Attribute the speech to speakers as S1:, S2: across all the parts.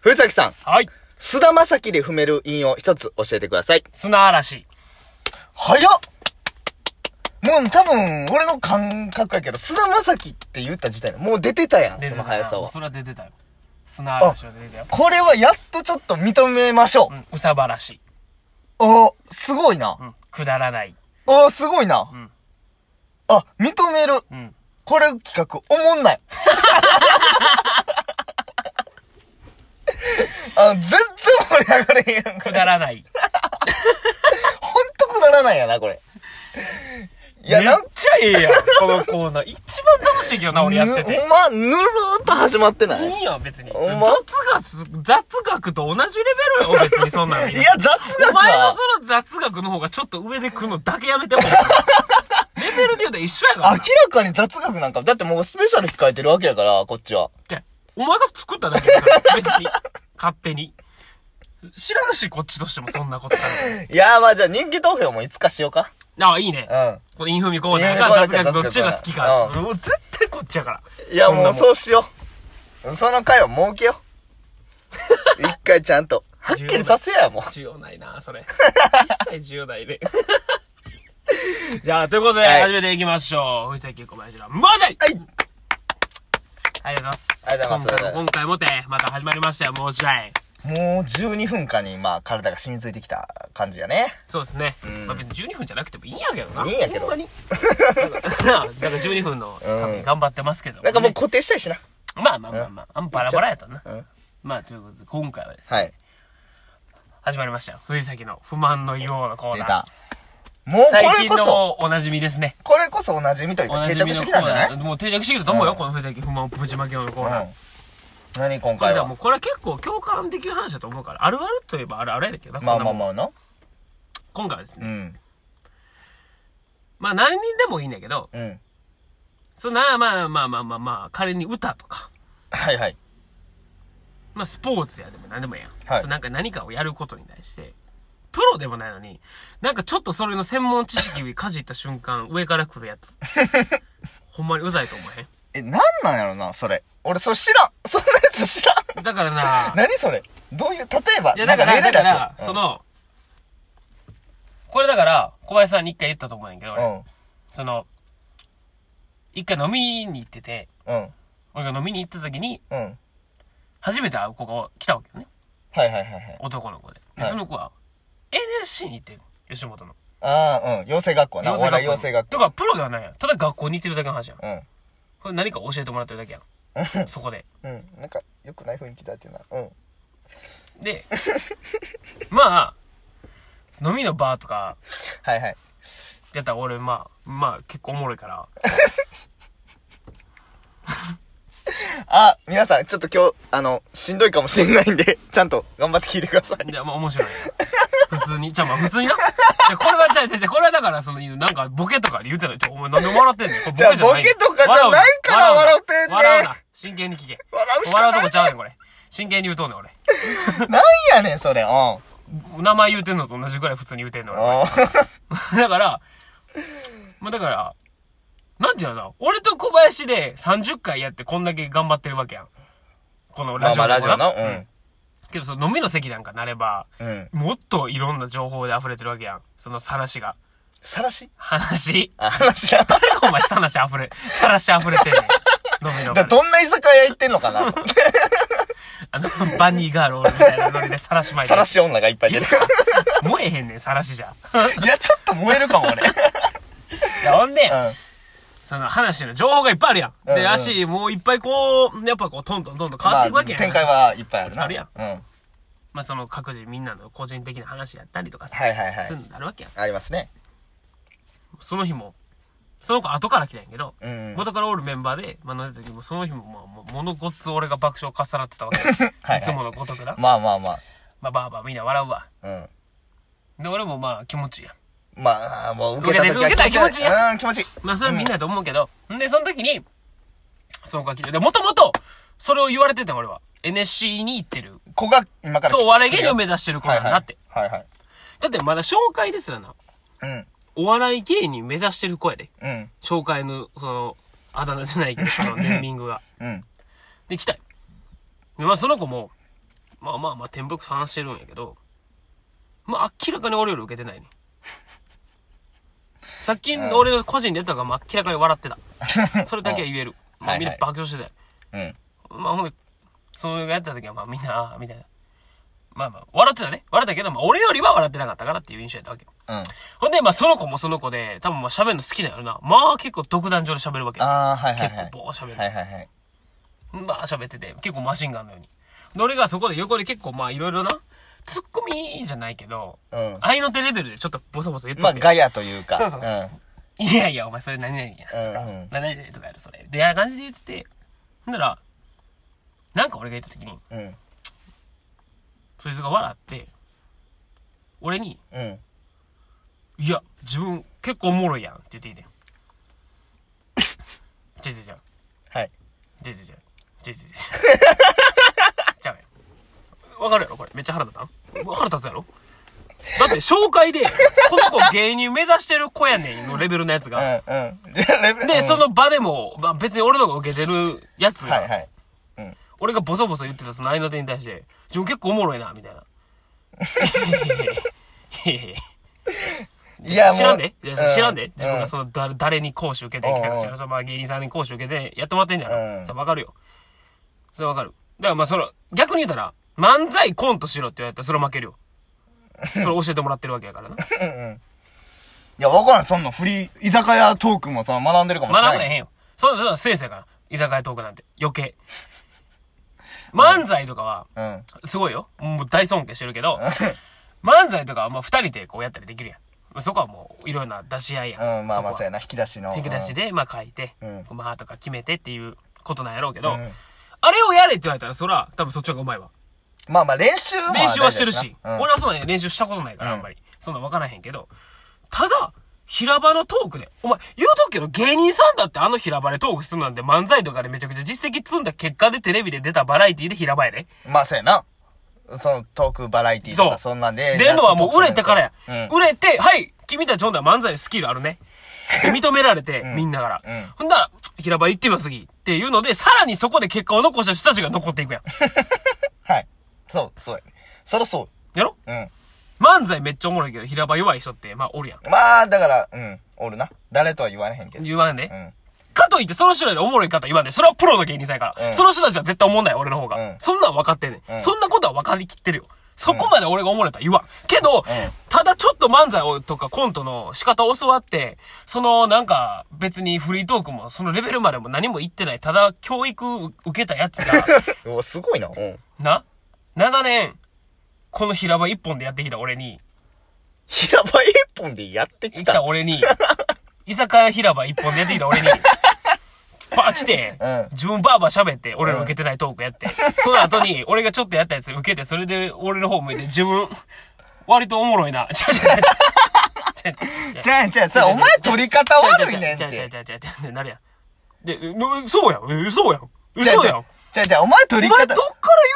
S1: 藤崎さん、
S2: はい。
S1: 菅田将暉で踏める韻を一つ教えてください。
S2: 砂嵐。
S1: 早っもう多分、俺の感覚やけど、菅田将暉って言った時点で、もう出てたやん、
S2: 出
S1: そ
S2: て
S1: の
S2: た。
S1: 速さ
S2: も
S1: は
S2: う。それは出てたよ。砂嵐は出てたよ。
S1: これはやっとちょっと認めましょ
S2: うん。うさばらし。
S1: う。おー、すごいな
S2: う。ん。くだらない。
S1: おー、すごいな。
S2: ん
S1: あ、認める。
S2: うん。
S1: これ企画、おもんない。 あの、全然盛り上がれへんやんか。
S2: くだら ない。
S1: ほんとくだらないやな、これ。いや、
S2: めっ
S1: なん
S2: ちゃええやん。このコーナー。一番楽しいけどな、俺やってて。
S1: ほんま、ぬるーっと始まってないいや、
S2: いいやん、別に。雑
S1: ほんま
S2: 学、雑学と同じレベルよ、別にそんなの。い
S1: 雑学
S2: お前は
S1: は、
S2: その雑学の方がちょっと上で来るのだけやめて もらえるレベルで言うと一緒やから
S1: 明ら
S2: な。
S1: かに雑学なんか、だってもうスペシャル控えてるわけやから、こっちは。
S2: ってお前が作っただけでさ、別 に。勝手に。知らんし、こっちとしてもそんなことさ。
S1: いやー、まあじゃあ人気投票もいつかしようか。
S2: ああ、いいね。
S1: うん。
S2: このインフミコーナーか
S1: インフミコーナーか
S2: 雑学どっちが好きか
S1: 雑。学
S2: もう絶対こっちやから。
S1: いや、
S2: そんな
S1: も
S2: も
S1: うんそうしよう。その回を設けよ う。一回ちゃんと。はっきりさせや、もう。
S2: 需要ないな、それ。一切需要ないね。 じゃあ、ということで、
S1: はい
S2: 始めていきましょう。藤崎小林の漫
S1: は
S2: 才
S1: い
S2: ありがとうございます。
S1: ありがとうございます
S2: 今回も今回もて、また始まりましたよ、もうじゃい。
S1: もう12分間に、まあ、体が染みついてきた感じやね。
S2: そうですね。まあ別に12分じゃなくてもいいんやけどな。
S1: いいんやけど
S2: ほ んまに。だからだから12分のために頑張ってますけど、
S1: なんかもう固定したいしな。
S2: まあまあまあまあ、あんまバラバラやとな。まあということで、今回はですね、
S1: はい。
S2: 始まりましたよ。藤崎の不満の言おうのコー
S1: 出
S2: ナー
S1: た。。もうこ
S2: 最
S1: れ
S2: 近
S1: こそ、
S2: のおなじみですね。
S1: これこそおなじみという
S2: お
S1: か
S2: な
S1: 定
S2: じ
S1: 着
S2: みの
S1: して
S2: コ
S1: きた
S2: ー
S1: んじゃな
S2: ナ
S1: い
S2: ー。もう定着してきたと思うよ、この藤崎不満ぶちまけようのコーナー。
S1: うん。何今
S2: これ
S1: 回
S2: で
S1: は
S2: も。うこれは結構共感できる話だと思うから、あるあるといえばあるあるやねんけどな。
S1: まあまあ
S2: こんなもん
S1: まあな。
S2: 今回はです
S1: う
S2: ね、
S1: ん。
S2: まあ何人でもいいんだけど、
S1: うん。
S2: そんな、まあまあまあまあまあ、仮に歌とか、
S1: はいはい。
S2: まあ、スポーツやでも何でもええやん。
S1: はい
S2: そうなんか何かをやることに対して、プロでもないのに、なんかちょっとそれの専門知識をかじった瞬間、上から来るや つ。ほんまにうざいと思え
S1: え、なんなんやろな、それ。俺、それ知らん。そんなやつ知らん。
S2: へん。だか らな、
S1: 何それどういう、例えば、
S2: いやだから、
S1: なん
S2: だ
S1: 例出
S2: か
S1: し
S2: ら、
S1: て
S2: その、これだから、小林さんに一回言ったと思うんやけど、俺その、一回飲みに行ってて、
S1: うん。うん。
S2: 俺が飲みに行った時に、
S1: うん。うん。
S2: 初めて会う子が来たわけよね。
S1: はいはいはいはい。
S2: 男の子で。で
S1: はい
S2: その子は、NSC に行ってる。吉本の。
S1: ああ、うん。養成学校な。お笑い養成学校。
S2: だからプロではないやん。ただ学校に行ってるだけの話やん。
S1: うん。
S2: これ何か教えてもらってるだけや ん。そこで。
S1: うん。なんか、良くない雰囲気だってな。うん。
S2: で、まあ、飲みのバーとか
S1: はいはい。
S2: やったら俺まあ、まあ結構おもろいから、
S1: あ、皆さん、ちょっと今日、あの、しんどいかもしれないんで、ちゃんと頑張って聞いてくだ さい。
S2: いやまあ面白いやん。普通に。じゃあまあ普通にな。いやこれはじゃあ、じゃあこれはだからその、なんかボケとかで言うてない。ちょ、お前なんで笑ってんのこれ
S1: じゃあボケとかじゃないから笑ってんねん
S2: 笑うな。真剣に聞け。
S1: 笑うしかない
S2: 笑うとこちゃうねん、これ。真剣に言うとんねん、俺。
S1: なんやねん、それ。うん。うん。
S2: 名前言うてんのと同じくらい普通に言うてんの、俺。だから、まあだから、なんていうのかな俺と小林で30回やってこんだけ頑張ってるわけやん。この
S1: ま
S2: ラ
S1: あ
S2: ジ
S1: ま
S2: オ
S1: あ、
S2: の
S1: ラジオの。う
S2: うん
S1: ん。
S2: けど、その飲みの席なんかなれば、
S1: うん。
S2: もっといろんな情報で溢れてるわけやん。その話が。
S1: さらし
S2: 話
S1: あ、話だ。
S2: 誰がお前話溢れ、晒し溢れてんねん。飲みの
S1: だ
S2: 場で
S1: どんな居酒屋行ってんのかな
S2: あの、バニーガールみたいなノリで 晒しまいて
S1: さら。し女がいっぱい 出てくる。
S2: 燃えへんねん、晒しじゃ。
S1: いや、ちょっと燃えるかも、 俺。
S2: いやほんで、
S1: うん。
S2: その話の情報がいっぱいあるやん。
S1: うんうん
S2: で、足、もういっぱいこう、やっぱこう、トントントンと変わっていくわけやん。
S1: 展開はいっぱいあるな。
S2: あるやん
S1: うん。
S2: まあ、その各自みんなの個人的な話やったりとかさ、
S1: はいはいはい
S2: そういうのになるわけやん。
S1: あります ね。
S2: その日も、その子後から来たんやけど、
S1: うんうん
S2: 元からおるメンバーで、まあ、飲んだ時も、その日も、まあ、もう、ものごっつ俺が爆笑を重なってたわけ
S1: はい
S2: いつものごとくな。
S1: まあまあま
S2: まあ、ばあばあみんな笑うわ。
S1: あ。
S2: で、俺もまあ、気持ちいいやん。
S1: うん。まあ、もう受けた時は
S2: 受けた気持ちいいや
S1: うん、気持ちいい。
S2: まあ、それはみんなやと思うけど、ん、で、その時に、その子が来て、で、もともと、それを言われててん俺は。NSC に行ってる。
S1: 子が今から来て。
S2: そう、お笑い芸人を目指してる子
S1: はい
S2: なん
S1: はい
S2: だって。。
S1: はいはい。
S2: だってまだ紹介ですらな。
S1: うん。
S2: お笑い芸人目指してる子やで。
S1: うん。
S2: 紹介の、その、あだ名じゃないけど、そのネーミングが。
S1: うん。
S2: で、来たい。で、まあその子も、まあまあまあ、天ク話してるんやけど、まあ明らかに俺より受けてないね。さっきの俺の個人でやったから、まあ明らかに笑っ てた。それだけは言える。
S1: ん
S2: ま
S1: は
S2: あ
S1: い
S2: みん
S1: は
S2: ない爆笑してたよ。
S1: うん。
S2: まあほんで、そういうのやってた時は、まあみんな、ああみたいな。まあまあ、笑ってたね。笑ったけど、まあ俺よりは笑ってなかったからっていう印象やったわけよ。
S1: うん。
S2: ほんで、まあその子もその子で、多分まあ喋るの好きだよな。まあ結構独壇場で喋るわけ。
S1: ああ、はいはい
S2: 結
S1: はい。
S2: 構ぼーっと喋る。
S1: はいはいはい。
S2: まあ喋ってて、結構マシンガンのように。で、俺がそこで横で結構まあいろいろな、ツッコミじゃないけど、
S1: うん
S2: 愛の手レベルでちょっとボソボソ言っ
S1: ま
S2: と
S1: あ、
S2: って、
S1: ガヤというか。
S2: そうそう
S1: う
S2: いやいや、お前それ何々や。
S1: ん。うん。うん。
S2: 何々とかやる、それ。で、やな感じで言ってて、ほんなら、なんか俺が言った時に、
S1: うん。
S2: そいつが笑って、俺に、
S1: うん。
S2: いや、自分結構おもろいやんって言っていいねん。 ちゃうちゃうちゃう。
S1: はい。
S2: ちゃうちゃうちゃう。ちゃうちゃうちゃう。ちゃうやんわかるやろこれ。めっちゃ腹立ったんうわ腹立つやろだって紹介で、この子芸人目指してる子やねんのレベルのやつ
S1: うん。
S2: が。
S1: うん。で、 レベル。
S2: で、そ
S1: の、
S2: の場でも、まあ、別に俺の方が受けてるやつ
S1: はいは
S2: が、
S1: い。うん。
S2: 俺がボソボソ言ってたその相の手に対して、自分結構おもろいな、みたいな。
S1: いや、
S2: いやいやいや
S1: もう。
S2: 知らんで、いや
S1: う
S2: 知らんで、自分
S1: う
S2: がその誰誰に講師受けてきたか知
S1: う
S2: らん。そのまあ芸人さんに講師受けてやってもらってんじゃ。
S1: うんん
S2: それわかるよ。それわかる。だからまあその、逆に言うたら、漫才コントしろって言われたらそれは負けるよ。それ教えてもらってるわけ やからな。
S1: いや、わからん。そんなフリー、居酒屋トークもさ、学んでるかもしれない。
S2: 学べへんよ。そんな、そんな先生やから。居酒屋トークなんて。余計。漫才とかは、
S1: うん。
S2: すごいよ。もう大尊敬してるけど、漫才とかはまあ二人でこうやったりできるやんまあ。そこはもういろいろな出し合いやん。
S1: うん、まあまあ、
S2: そこは
S1: そうやな。引き出しの。
S2: 引き出しで、まあ書いて、
S1: うん
S2: まあとか決めてっていうことなんやろうけど、
S1: ん
S2: あれをやれって言われたら、そら、多分そっちの方がうまいわ。
S1: うん。まあまあ、練習は。
S2: 練習はしてるし、
S1: うん。
S2: 俺はそんな練習したことないから、あんまり。そんなん分からへんけど、ただ、平場のトークで、お前、言うとくけど芸人さんだってあの平場でトークするなんて漫才とかでめちゃくちゃ実績積んだ結果でテレビで出たバラエティで平場やで。
S1: まあ、そうやな。その、トークバラエティーと
S2: そ
S1: か、
S2: う。
S1: そんなんで。
S2: 出るのはもう売れてから
S1: うん
S2: や。。売れて、はい、君たちほんなら漫才のスキルあるね。って認められて、みんなから。
S1: うん
S2: ほんなら、平場行ってみよう次。っていうので、さらにそこで結果を残した人たちが残っていくやん。
S1: はい。そう、そうや。そらそ
S2: やろ
S1: う。うん。
S2: 漫才めっちゃおもろいけど、平場弱い人って、まあ、おるやん。
S1: まあ、だから、うん。おるな。誰とは言われへんけど。
S2: 言わんね。
S1: うん。
S2: かといって、その人よりおもろい方言わんね。それはプロの芸人さんやから。
S1: うん
S2: その人たちは絶対おもんない、俺の方が。
S1: うん
S2: そんなん分かってんね、。
S1: うんん
S2: そんなことは分かりきってるよ。そこまで俺がおもろいとは言わん。けど、ただちょっと漫才をとかコントの仕方を教わって、そのなんか別にフリートークもそのレベルまでも何も言ってない、ただ教育受けたやつが、
S1: うわ、すごいな。うん。
S2: な、長年、この平場一本でやってきた俺に、
S1: 平場一本でやってき
S2: 来た
S1: た。
S2: 俺に、居酒屋平場一本出てきた俺に、バー来て、
S1: うん
S2: 自分バーバー喋って、俺の受けてないトークやって、その後に、俺がちょっとやったやつ受けて、それで俺の方向いて、自分、割とおもろいな。ちゃうちゃうちゃうちゃう
S1: じゃあじゃあさ、お前取り方悪いねんっ
S2: ちゃうちゃ
S1: て
S2: う。ちゃうちゃうちゃうちゃうなるやん。で、うそうやん。え嘘やん。嘘
S1: じゃあじ
S2: や
S1: ゃ
S2: ん。
S1: あじゃあじゃあお前取
S2: お
S1: り
S2: 前
S1: 方
S2: どっから。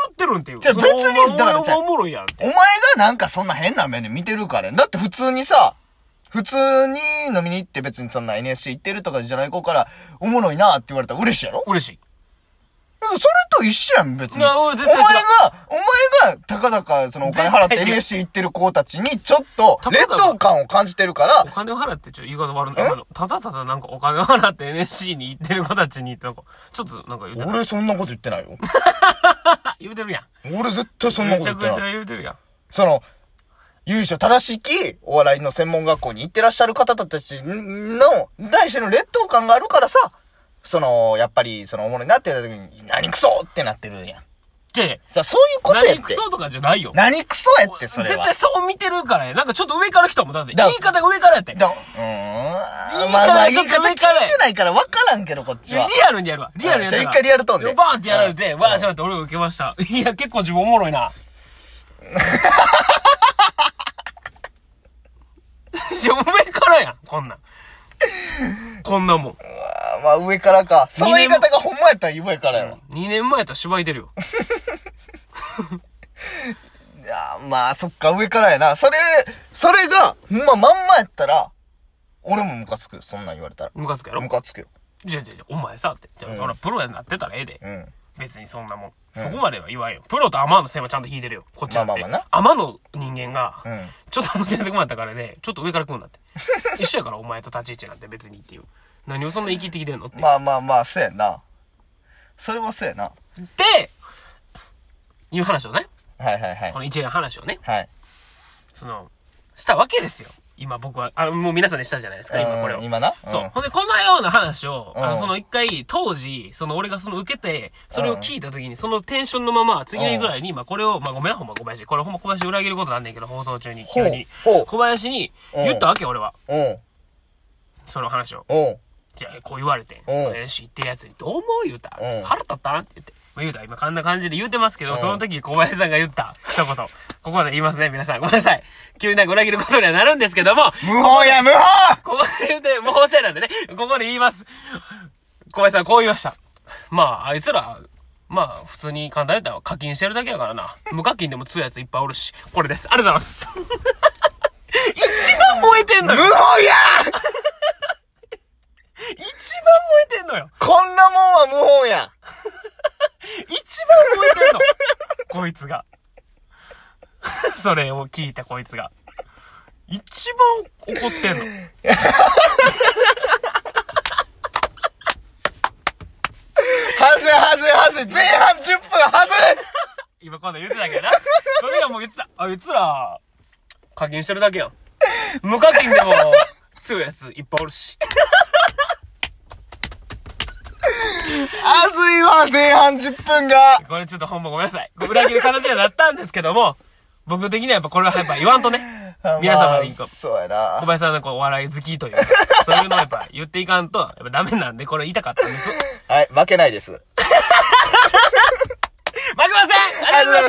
S2: 言ってるんっていう。
S1: じゃあ
S2: その
S1: 別に
S2: お前
S1: だから
S2: お
S1: じゃ
S2: 前
S1: あ
S2: おもろいやんって。
S1: お前がなんかそんな変な目で見てるからやんだって普通にさ、普通に飲みに行って別にそんな NSC 行ってるとかじゃない子から、おもろいなって言われたら嬉しいやろ
S2: 嬉しい。
S1: それと一緒やん、別に。
S2: いや
S1: お
S2: 俺
S1: 前
S2: 絶
S1: が
S2: 対違う、
S1: お前が、たかだか、そのお金払って
S2: 絶対違う
S1: NSC 行ってる子たちに、ちょっと
S2: た、かだ
S1: 劣
S2: か
S1: 等感を感じてるから
S2: お、金を払って、ちょ、言い方悪いんだけど、ただただなんかお金を払って NSC に行ってる子たちに、なんか、ちょっとなんか言うてる。
S1: 俺そんなこと言ってないよ。
S2: あ、言うてるやん。
S1: 俺絶対そんな
S2: め
S1: こと
S2: ち
S1: 言
S2: ゃ
S1: っ
S2: く
S1: て
S2: ちゃ
S1: ない。
S2: 言うてるやん。
S1: その、優勝正しきお笑いの専門学校に行ってらっしゃる方たちの、大しての劣等感があるからさ、その、やっぱり、その、おもろいなって言った時に、何クソってなってるやん。
S2: じゃあね
S1: さ、そういうことやっ
S2: 何
S1: て。
S2: クソとかじゃないよ。
S1: 何クソやって、それ
S2: 絶
S1: は。
S2: 対そう見てるからや。なんかちょっと上から来たもん。だって、
S1: だ
S2: 言い方が上からやって。
S1: どうーん。まあまあ、
S2: いい
S1: 言
S2: か
S1: い
S2: らちょっ
S1: 方聞
S2: と上
S1: いて
S2: からや
S1: ないから分からんけど、こっち
S2: リ
S1: は。
S2: アルにやるわ。リアルにやるわ。
S1: じゃあ一回リアル飛んで
S2: バーンってやられて、わーちゃって俺受けました。いや、結構自分おもろ いな。じゃあ上からやん、こんなん。こんなもん。
S1: あーまあ、上からか。その言い方がほんまやったら上からやろ。
S2: 2年前やったら芝居出るよ。
S1: いやーまあ、そっか、上からやな。それ、それが、ほんま、まんまやったら、俺もムカつくよ。そんなん言われたら。
S2: ムカつくやろ
S1: ムカつくよ。
S2: じゃじゃじゃ、お前さって。じゃあ、ほら、プロやなってたらええで。
S1: うん。
S2: 別にそんなもん。そこまでは言わんよ。プロとアマの線はちゃんと引いてるよ。こっちだって。
S1: まあまあまあな
S2: アマの人間が、
S1: ん
S2: ちょっと間違えてこまったからね、ちょっと上から来るんだって。 一緒やからお前と立ち位置なんて別にっていう。何をそんな生きてきてんのって。
S1: まあまあまあ、そうやな。それはそうやな。
S2: で、いう話をね、
S1: はいはいはい
S2: こ。の一連の話をね、
S1: はい。
S2: その、したわけですよ。今僕は、あもう皆さんでしたじゃないですか、今これを。
S1: うん今な。
S2: そうう。
S1: ん
S2: ほんで、このような話を、あ
S1: う
S2: の、
S1: ん
S2: その一回、当時、その俺がその受けて、それを聞いた時に、そのテンションのまま、次の日ぐらいに、まあこれを、まあごめん、ほんま小林。これほんま小林裏切ることなんねんけど、放送中に、
S1: ほう
S2: 急に
S1: ほう。
S2: 小林に言ったわけよ、俺は。
S1: おう
S2: その話を。
S1: おう
S2: じゃあ、こう言われて、
S1: うん
S2: 小林言ってるやつに、どう思う言うた
S1: うん。
S2: 腹立ったんって言って。まあ言うた。今こんな感じで言うてますけど、その時小林さんが言った、一言。ここで言いますね、皆さん。ごめんなさい。急になんか裏切ることにはなるんですけども、
S1: 無法や無法
S2: ここで言うて、もうおしゃれなんでね、ここで言います。小林さん、こう言いました。まあ、あいつら、まあ、普通に簡単に言ったら課金してるだけやからな。無課金でも強いやついっぱいおるし、これです。ありがとうございます。 一番燃えてんの
S1: 無
S2: よ。
S1: 法や
S2: 一番燃えてんのよ。
S1: こんなもんは無法や
S2: 一番燃えてんの。 こいつが。 それを聞いたこいつが。一番怒ってんの。
S1: はずいはずいはずい前半10分はずい
S2: 今こんなん言うてたけどな。それがもう言ってた。あいつら、課金してるだけやん。無課金でも、強いやついっぱいおるし。
S1: はずいわ前半10分が
S2: これちょっとほんまごめんなさい。裏切る形にはなったんですけども、僕的にはやっぱこれはやっぱ言わんとね。皆様にこ
S1: まあ
S2: う
S1: そうや
S2: 小
S1: な
S2: 林さんのこうお笑い好きというか、そういうのをやっぱ言っていかんと、やっぱダメなんで、これ言いたかったんです。負け
S1: はい負けないです
S2: ませんありがとうございました